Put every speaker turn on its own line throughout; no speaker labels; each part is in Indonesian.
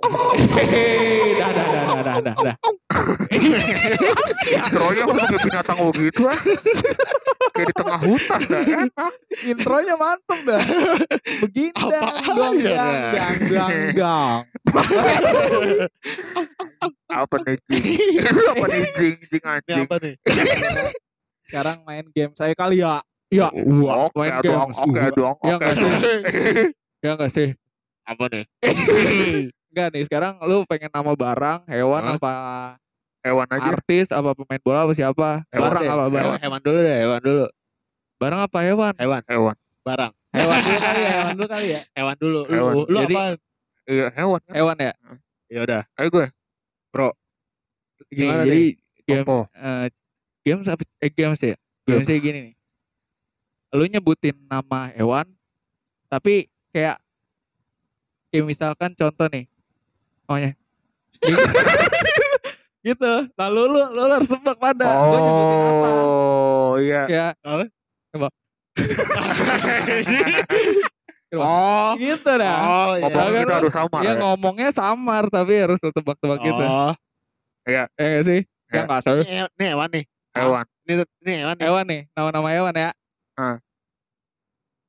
Hehehe, dah, dah, dah, dah, dah, dah, dah.
Intronya kok kayak binatang begitu ah. Kayak di tengah hutan dah. kan? Enak.
Intronya mantep dah. Begini dang,
Apaan
dong,
ya,
dang,
Dang?
dang, dang, dang.
Apa nih jing? Apa nih jing? Jing
Ini
anjing.
apa nih?
Sekarang main game saya kali ya. Ya,
Wah, oke
main
dong,
games.
oke dong,
Ya
oke
nggak sih?
dong.
Ya nggak sih?
apa nih?
Enggak nih, sekarang lu pengen nama barang, hewan
Hah?
apa
Hewan aja.
artis, apa pemain bola, apa siapa?
Hewan
barang
deh,
apa barang?
Hewan, hewan dulu deh, hewan dulu.
Barang apa hewan?
Hewan,
Hewan.
barang.
Hewan dulu kali ya, hewan dulu kali ya.
Hewan dulu. Lu,
Hewan.
lu
Jadi-
apa?
Iya, hewan.
Hewan ya?
Ya udah.
Ayo gue.
Gini,
Gimana
jadi game
Apa?
eh, games apa eh, games ya? Games
Games.
gini nih. Lu nyebutin nama hewan tapi kayak kayak misalkan contoh nih. Namanya gitu. Lalu lu lu harus tebak
Nah,
pada gua nyebutin Ya. apa.
Oh, iya.
Kayak
Apa?
Coba. Coba.
oh.
gitu dah.
Oh, iya.
Ngomong
Kan
kita
lu-
harus sama.
ya
ya.
ngomongnya samar tapi harus lu tebak-tebak gitu.
Oh.
Ya nggak sih?
Ya.
Ya enggak sih?
Ini he- ini hewan nih.
Hewan.
Ini ini hewan nih.
Hewan nih, nama-nama hewan ya.
Ah.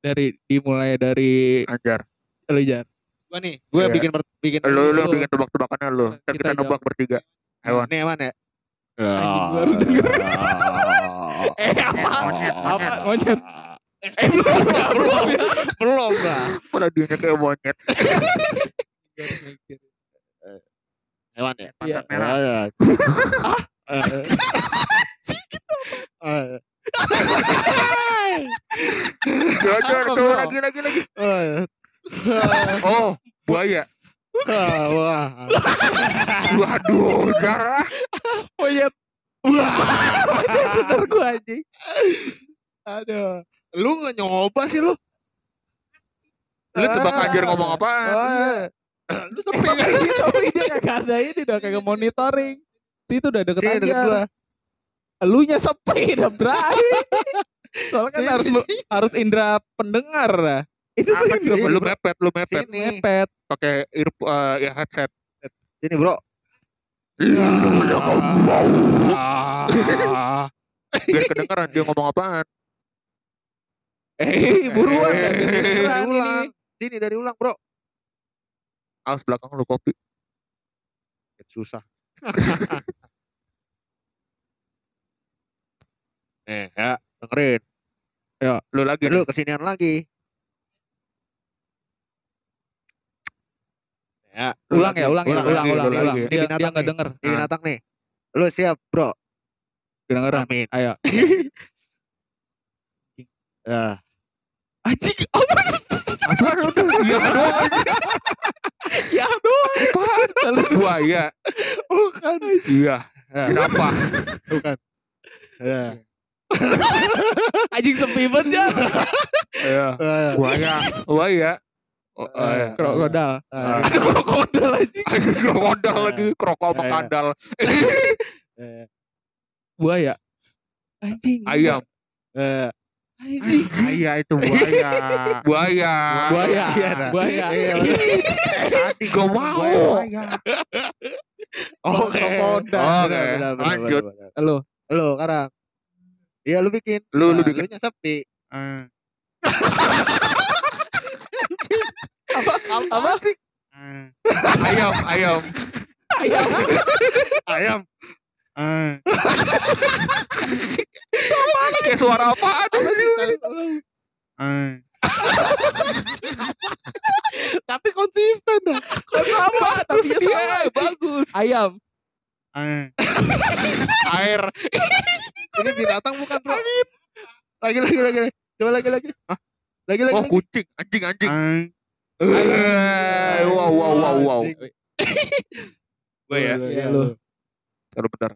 Dari dimulai dari
Anjar.
Elijar.
Gua nih, gua
Iya.
bikin per- bikin
Lu lu
Lu.
bikin tebak-tebakannya lu. Kan
Kita
kita nebak bertiga. Hewan.
Ini hewan ya.
Anjing, gua harus denger. Eh,
apaan? Apaan?
Monyet. ya?
Eh, belum, belum, belum lah.
Pada dia kayak monyet.
Hewan ya.
Iya.
Pantat merah.
Iya. Eh, eh. Eh,
Jangan
Apa,
tuh
bro?
lagi lagi lagi.
eh.
Oh, buaya.
Ah, Wah.
Waduh, jarah.
Monyet. Iya, Bener gue anjing.
Aduh. Lu nggak nyoba sih lu?
Lu tebak anjar ngomong
Nah,
apaan?
Wah. Lu sampai
Eh, gitu? Tapi dia kagak ada ini udah kagak monitoring. Itu udah Iya, deket
Sini deket
aja.
gua.
Elunya sepi udah berani. Soalnya kan
Sini,
harus lu- harus indra pendengar lah. Itu
Apa
tuh
sih?
juga
Iya,
perlu
Lu mepet, lu mepet.
Sini.
mepet.
Pakai ear eh, ya headset.
Sini, Bro. Iya. Ah.
Biar kedengeran dia ngomong apaan.
Eh, buruan.
Eh,
Buruan ini.
ulang. Sini dari ulang, Bro.
Awas belakang lu kopi.
Eh, Susah. Nih, ya, dengerin.
Lu lagi
Lu kesinian lagi. Ya, lu
Ulang
lagi.
ya, ulang ya,
Ulang
ulang,
lagi,
ulang,
ulang
ulang.
lagi.
Dia
Ini
Iya, dia nggak
binatang
denger, Nah.
Ini binatang nih. Lu siap, Bro?
kedengeran.
Amin.
Ayo.
Ya.
Anjing, oh apa?
Apaan udah? Iya doang.
Ya doang. Lalu
Buaya.
Bukan.
Iya.
Ya,
Kenapa?
bukan. Ya.
anjing sepi banget ya.
Iya.
Ya.
Buaya. Buaya. Oh,
Eh,
eh.
Krokodil.
Ya.
Ada krokodil anjing.
krokodil lagi krokok sama
Iya.
kadal
Ya.
Buaya. Anjing.
ayam
Ya.
Anjing.
Iya, itu buaya.
buaya
Buaya.
Iya, nah.
Buaya.
Iya,
hati gak mau
oh
Oke.
Krokodil.
Oke,
Benar, benar, benar,
lanjut.
benar, benar.
Oh, Lu.
Lu sekarang. Iya, lu bikin.
Lu- lu
Nah,
bikin.
Lu sepi.
Hmm. Apa sih?
ayam ayam
Ayam.
Ayam.
kayak suara apaan
Tapi konsisten dah.
Kok sama? Tapi ya sama.
Iya, bagus
Ayam.
air
Ini binatang bukan, Bro. Lagi lagi lagi. lagi. Coba lagi lagi. Hah? Lagi lagi.
oh
lagi.
kucing anjing anjing Eh, wow wow wow wow
Anjing.
gue ya
Iya,
Iya,
iya,
lu.
lu.
taruh bentar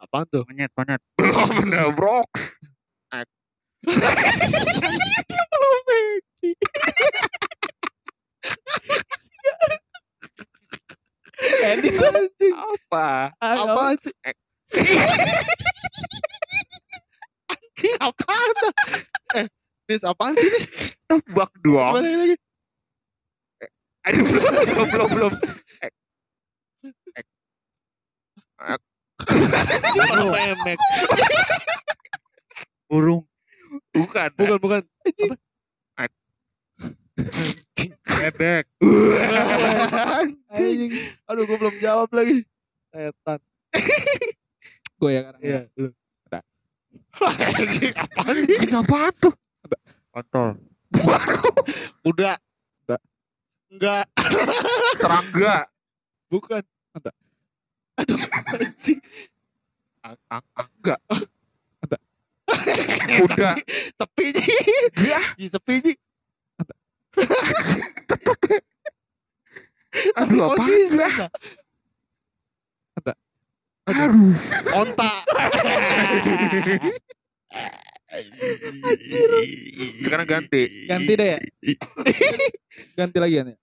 Apaan tuh?
monyet monyet belum bener brok
Edison.
apa
Apa?
Apaan sih?
Eh.
Anjing apaan dah? Eh, Nis apaan sih?
tebak
Coba
doang Eh,
lagi lagi.
Aduh, belum, belum, belum, belum. Ek. Ek. Ek.
Orang memek.
Burung. Bukan.
bukan bukan
Bebek.
Anjing. Aduh, gue belum jawab lagi. Setan.
gue ya karena
Iya, lu.
Anjing, Apaan sih?
Anjing apaan tuh
Kontol.
Udah.
Enggak.
Enggak.
Serangga.
Bukan.
Apa?
Aduh, anjing.
Angga.
Apa?
Kuda.
Tepi Ji.
Dia.
Ji, tepi Ji.
Aduh,
Tapi
Oh, apa?
kunci susah.
Aduh.
Onta.
Sekarang ganti.
ganti deh ya ganti lagi kan ya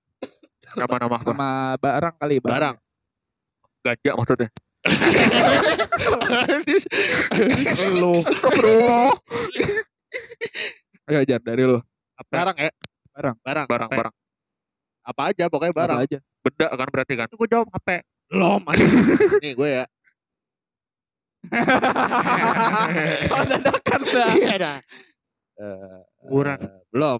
Nama-nama apa?
sama barang kali
Barang.
Gajah maksudnya.
lu
Astagfirullah.
ayo jar dari lu
Barang ya.
Barang.
Barang.
Barang-barang.
Apa aja pokoknya barang.
Apa aja
Beda kan berarti kan?
Itu gue jawab HP. Lom. Nih gue ya.
Kalau dadakan dah
Iya dah. Eh,
Kurang.
eh, belum.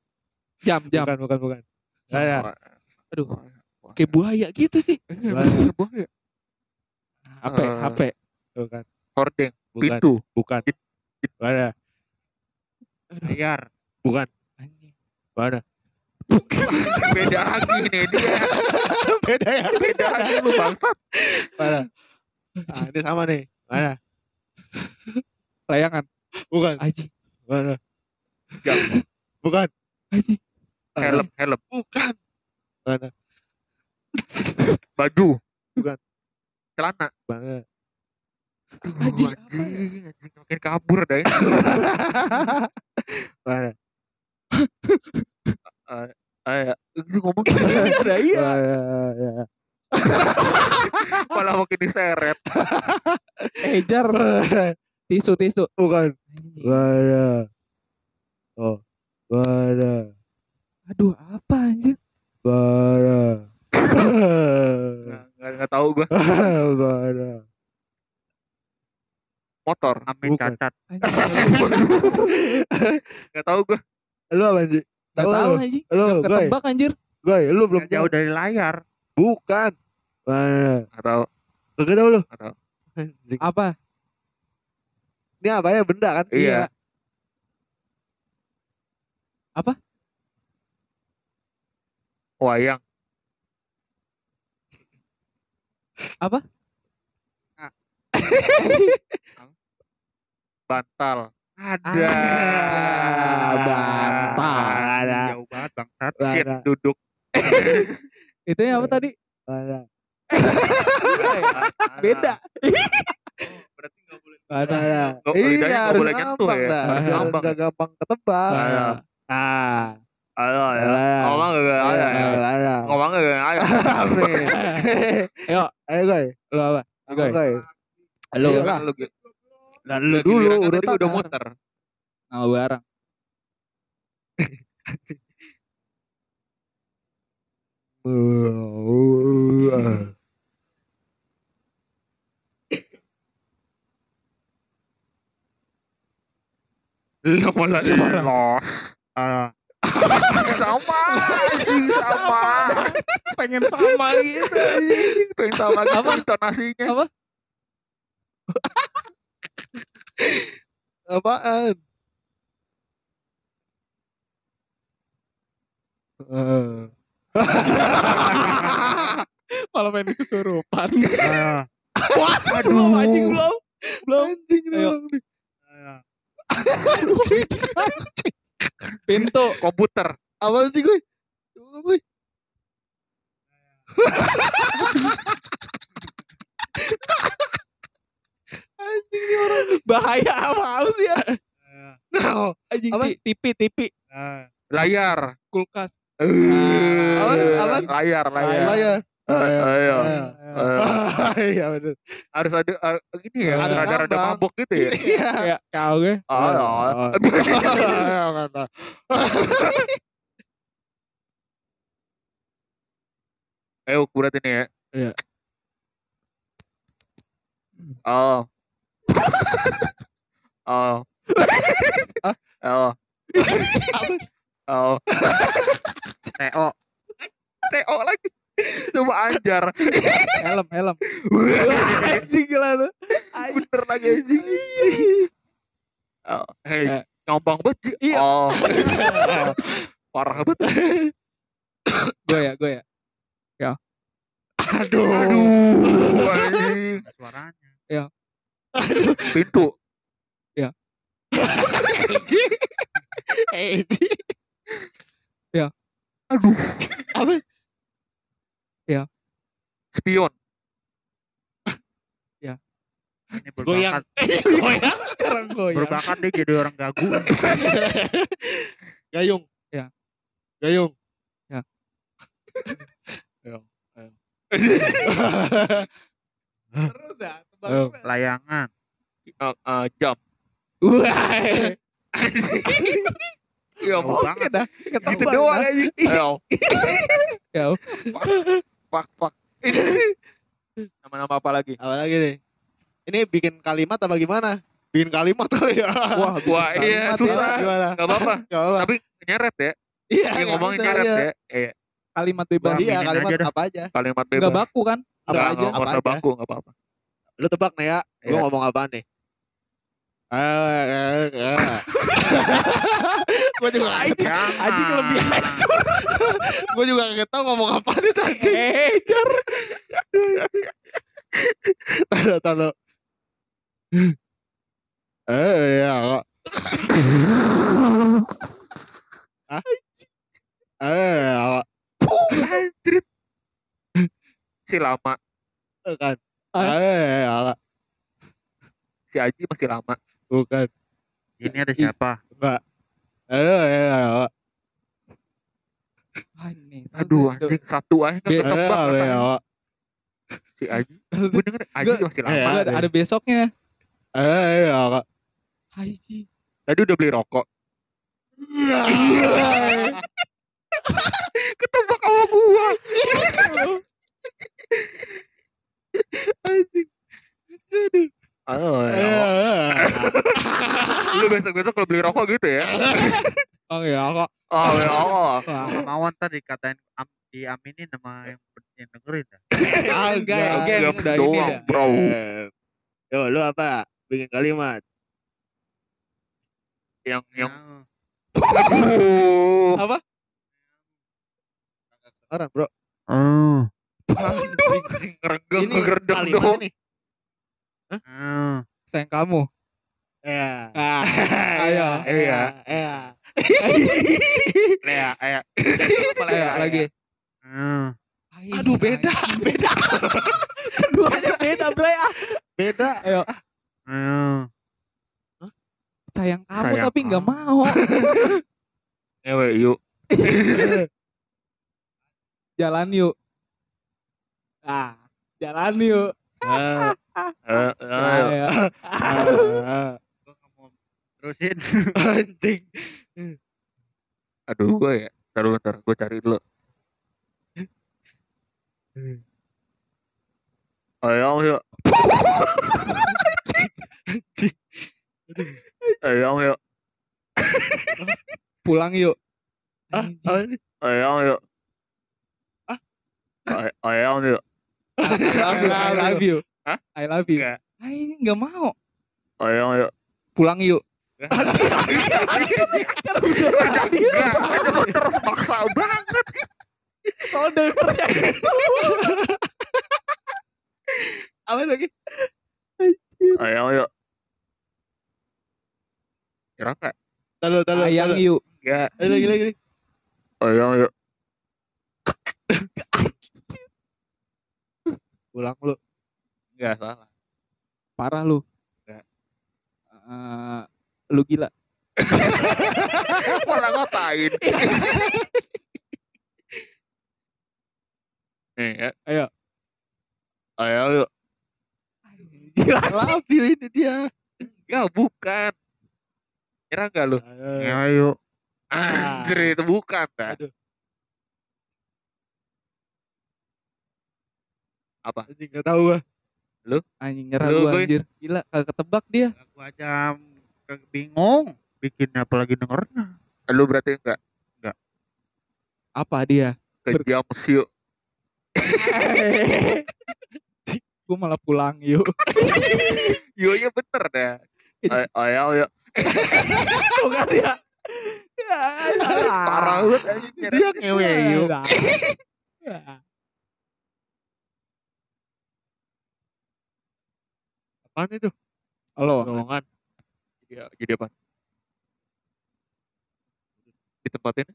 jam jam
Bukan, bukan, bukan. Ah, ah.
aduh kayak buaya gitu sih
Iya,
Barang.
bener, Bang, ya.
HP
Eh.
HP
bukan.
Hordeng.
Bukan.
Pintu.
Bukan. Mana?
Layar.
Bukan.
Anjing.
Mana?
Beda lagi nih dia.
Beda ya.
Beda lagi lu bangsat.
Mana? Ah, ini sama nih. Mana?
layangan
Bukan.
aji
Mana?
Jam.
Bukan.
aji
Ah,
Helm, helm.
Bukan. Mana?
Baju.
Bukan.
Celana.
Mana?
Aduh, ya?
Anjing, apa
anjing, anjing. Makin kabur dah ini.
Mana? Ah, ya.
Ayo, ini ngomong gini,
ada iya
Mana?
malah makin diseret.
ejar tisu tisu
Bukan.
Anjing.
Mana? Oh. Mana?
aduh apa anjir
Mana?
Nggak, nggak, nggak tahu gua.
Mana?
Motor.
Amin, Bukan.
cacat.
anjing
Nggak tahu gua.
Lu apa sih?
Gak
Tahu.
tahu anjing
Lu, gue,
ketebak anjir
gue, lu belum
Nggak jauh dari layar.
Bukan. Mana?
Nggak tahu.
Kagak tahu lu?
Nggak tahu.
Anjing.
apa
Ini apa ya benda kan?
Iya.
Apa?
Wayang.
Apa?
Ah. Bantal. Ada.
Ah, bantal.
Ada. Jauh banget bangsat.
Ada.
Shit, duduk.
itu apa tadi
Mana?
beda
Ah, Berarti nggak boleh.
ada
Nah,
Nggak- lidahnya Eh, oh,
iya
nggak
harus
boleh nyentuh
gampang
ya.
dah.
Harus
Harus
ngambang.
nggak gampang ketebak.
Ada.
Ah,
Ayo, ayo.
Ada.
Ngomong nggak
ada,
ayo. ayo.
ada.
Ngomong nggak ayo.
Amin.
Ayo.
ayo gue,
lo apa
ayo
Oke.
gue.
Lu
Iya
kan
lah.
lu Lah
lu dulu,
udah
urutan
udah
kan.
muter.
nama barang
Lu malah los. Ah. sama, anjing, sama.
pengen sama
gitu. anjing. Pengen sama gitu intonasinya.
Apaan? Eh,
malah pengen kesurupan
ah,
belum anjing belum belum
anjing
Ayo.
dong nih.
pintu
Komputer.
Apaan sih gue? Tunggu gue.
Bahaya apa apa sih ya? oh,
Nah,
Anjing
Apa?
ti- tipi tipi
Nah,
Layar.
kulkas.
Eh,
Ah, Apa? Apa?
Layar, layar.
apa ya?
Eh, Ayo.
Layar.
Nah.
Eh,
Iya bener.
Harus ada ar- ini ya,
Harus
rada-rada
sambal.
mabok gitu ya.
Iya.
Ya, kau ya.
Ah, ah.
Iya, bener.
Eh, berat ini ya.
Iya.
Oh. oh.
Ah?
Oh.
Apa?
Oh. Teo. Teo lagi. Coba anjar.
Helm, helm. Anjing gila tuh. Anjing.
Bener lagi anjing. Oh. Hey,
Eh.
nyombong banget. Ji.
Iya.
Oh. Parah banget.
Gue ya, gue ya.
Aduh.
Aduh, anjing.
suaranya.
Iya.
Pintu.
Eh,
Aduh,
apa?
spion.
Ini
Goyang.
berbakat,
Goyang.
Sekarang gue ya.
berbakat dia jadi orang gagu.
Eh,
Gayung.
Ya.
Iya. Gayung.
Ya.
Gayung. Gayung.
Terus dah, tebak
Helm.
terus.
Layangan.
Eh, eh, jam.
Wah.
Ya
Jauh
mau
Oke
banget.
dah.
gitu doang aja. Ayo.
Ya.
Pak pak. Nama-nama apa lagi?
Apa lagi nih? Ini bikin kalimat apa gimana? Bikin kalimat kali ya.
Wah, gua
Kalimat
iya
ya,
susah.
Gimana?
Gak apa-apa.
Gak apa-apa.
Tapi nyeret ya.
Iya.
Yang ngomongin
gitu,
nyeret
iya.
ya. Iya,
Kalimat bebas.
Iya,
Aminin
kalimat
aja dah.
apa aja.
kalimat
Enggak
bebas.
baku kan?
Apa
Nggak,
aja?
nggak
Apa
usah
aja?
baku, nggak apa-apa.
Lu tebak nih ya.
Iya.
Lu ngomong apaan nih? Eh, eh, eh. Gua juga nggak
Anjing, anjing lebih hancur.
gue juga gak tau ngomong apa nih tadi
Eh, jar.
tanda tanda eh ya kok Hah? eh ya kok
Anjrit. Si lama,
bukan
Ah.
eh ya kok
si Aji masih lama.
bukan
Ini ada siapa?
enggak eh ya kok
Anjing.
Aduh, anjing satu aja
Be-
nggak
eh
ketebak
ya
katanya.
kok
si Aji.
Aduh.
Gue denger Aji
Nggak.
masih lama.
Eh.
Ada, ada besoknya.
eh ya kok
Haji.
Tadi udah beli rokok. Ketebak sama gua. Aduh,
Eh,
ya
Iya.
Allah.
eh,
lu besok besok kalau beli rokok gitu ya
Oh ya kok. Ah,
oh ya Allah
Kemauan tadi dikatain am, diaminin sama yang, yang dengerin ya? dah.
eh.
Enggak, enggak,
Agak.
yang
Games
Iya, udah ini
doang
dah.
bro
Yo, lu apa? Bikin kalimat.
yang yang
Nah,
aduh
Apa?
Orang, Bro.
Oh.
anjing, ngerenggeng ngegerdeng dong
nih.
Oh.
Sayang kamu.
Ya.
Ah. Ayo.
Iya.
Iya.
ya ya
Ayo lagi.
Oh.
Aduh beda, beda. Keduanya beda, Bray. Ah,
Beda.
Oh.
Sayang kamu
Sayang
tapi nggak
kamu.
mau.
ewe yuk
Jalan yuk. Ah, jalan yuk.
Ah,
Eh, eh,
Ayo.
ah,
Gua nggak mau terusin.
ah. Anjing.
aduh gua ya ntar lu ntar gua cari dulu ayo yuk ayo yuk
Pulang yuk.
Ah,
Anjing.
apa ini?
ayo yuk
Ah?
ayo yuk
Ah, I love you.
Hah?
I love you.
Nggak.
Ah, ini nggak mau.
ayo yuk
Pulang yuk.
Enggak, lu terus maksa banget.
Kalau drivernya
Apa lagi?
Ayo, ayo. Kira enggak?
Tahu, tahu.
sayang yuk.
Ya,
Lagi, lagi, lagi.
ayo, ayo.
Ulang lu.
Enggak salah.
Parah lu.
Enggak.
Eh, lu gila.
Pernah ngatain.
Iya.
Nih, ya.
Ayo.
Ayo yuk.
Gila.
Love you ini dia. Enggak, Ya, bukan. Kira enggak lu?
Ya, ayo.
Ah.
Anjir, itu bukan dah.
Aduh.
Apa?
Anjing gak tahu gua.
Lu?
Anjing nyerah
Lu,
gua
gue.
anjir. Gila, kagak ketebak dia.
Aku aja ke- bingung bikinnya apalagi dengernya.
Lu berarti enggak
Apa dia?
ke
Ber-
James yuk.
gua malah pulang yuk.
Yonya iya, bener dah. Ay- Ayo yuk.
Tuh kan dia. Ya, Ah.
Parah banget anjing. Kira-
Iya,
Dia
kan?
ngewe yuk.
Apaan itu?
Halo.
Lowongan. Jadi, jadi apa? Di tempat ini?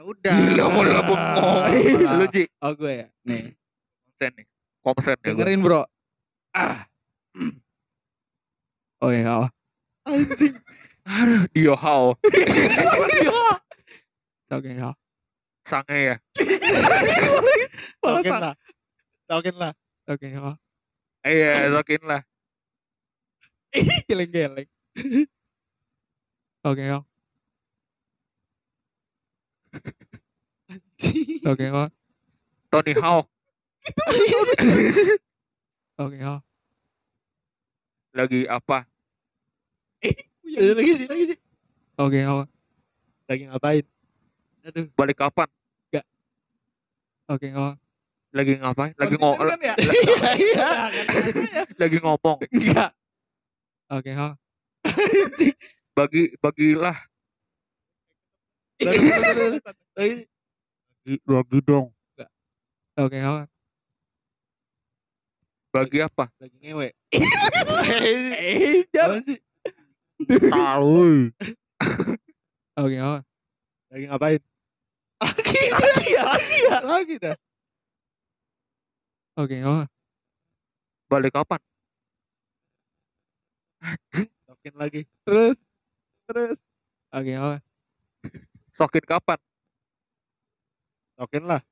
Ya.
udah.
Ah.
lu bengong. Lu Ji,
Oh gue ya. Nih,
konsen nih. Konsen ya gua.
dengerin bro. Ah. Oh iya.
Anjing. Aduh, Dio Hao.
Oke, ya.
Sange ya.
Malah
lah. Sokin lah.
Oke, ya.
Iya, sokin lah.
Geleng-geleng. Oke, ya. Oke, ya.
Tony Hawk.
Oke, ya.
Lagi apa?
Lagi lagi Oke, ya.
Lagi ngapain? Aduh. Balik kapan?
Oke, ya.
Lagi ngapain? Lagi ngo
Kan ya?
lagi ngomong.
Enggak. Oke, ya.
Bagi bagilah
Lagi- Lagi dong.
Oke, ya.
bagi apa?
Lagi ngewe.
Eh, jar.
Tahu.
Oke, ya.
Lagi ngapain?
Lagi dah.
Oke, ya.
Balik kapan?
Tokin lagi.
Terus terus. Oke, ya.
Sokin kapan?
Tokin lah.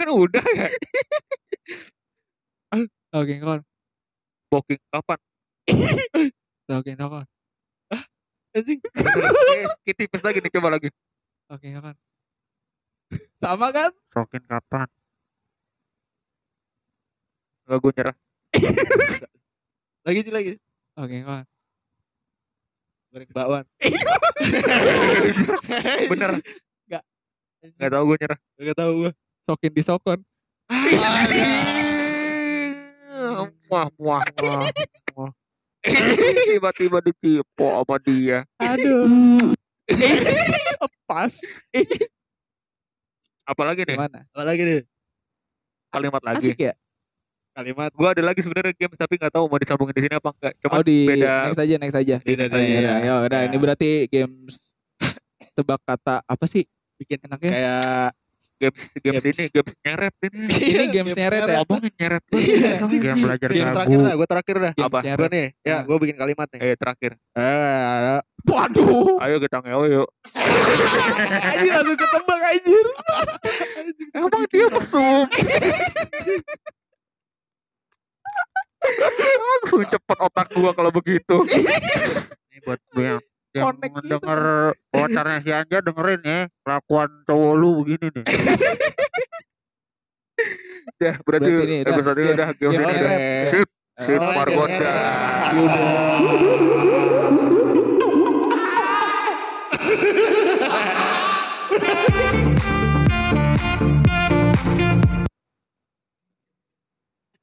Kan udah ya.
Oke, ya.
Booking kapan?
Oke, ya.
Anjing. Eh, kita tipis lagi nih coba lagi.
Oke, ya. Sama kan?
Sokin kapan?
Enggak gue nyerah.
Lagi Ji, lagi.
Oke, ya.
Goreng bakwan.
Bener.
Enggak.
Enggak tahu gue nyerah.
Gak tau gua.
Sokin di sokon.
Wah, wah, wah. wah. Tiba-tiba ditipu sama dia.
Aduh. Pas.
Apalagi nih?
Gimana?
Apa lagi nih?
Kalimat lagi.
Asik ya?
Kalimat.
Gue ada lagi sebenarnya games tapi nggak tahu mau disambungin di sini apa enggak. Cuma
Oh di
beda.
next aja, next aja.
beda
Oh, iya, udah, ya udah. Ini berarti games tebak kata apa sih?
Bikin
Enaknya
kayak
Oh,
Games, games
Games.
ini games nyeret ini.
Ini games nyeret ya?
Ngomongin nyeret.
Iya.
Dia belajar
Game
lagu.
terakhir lah, gue terakhir dah.
games
apa?
Gue
nyeret.
nih, ya
Nah.
gue bikin kalimat nih.
Eh terakhir.
Eh,
Waduh.
Ayo kita ngewe yuk.
Anjir langsung ketebak anjir.
Emang dia mesum. Langsung cepet otak gua kalau begitu.
Iya.
Ini buat lu yang yang
Connect gitu.
denger wawancaranya si Anja dengerin ya kelakuan cowok lu begini nih.
Ya, berarti,
Berarti ini udah, Iya.
episode ini
game-
udah games
game
ini udah.
nyeret.
Sip, sip
Iya.
Oh,
Margonda.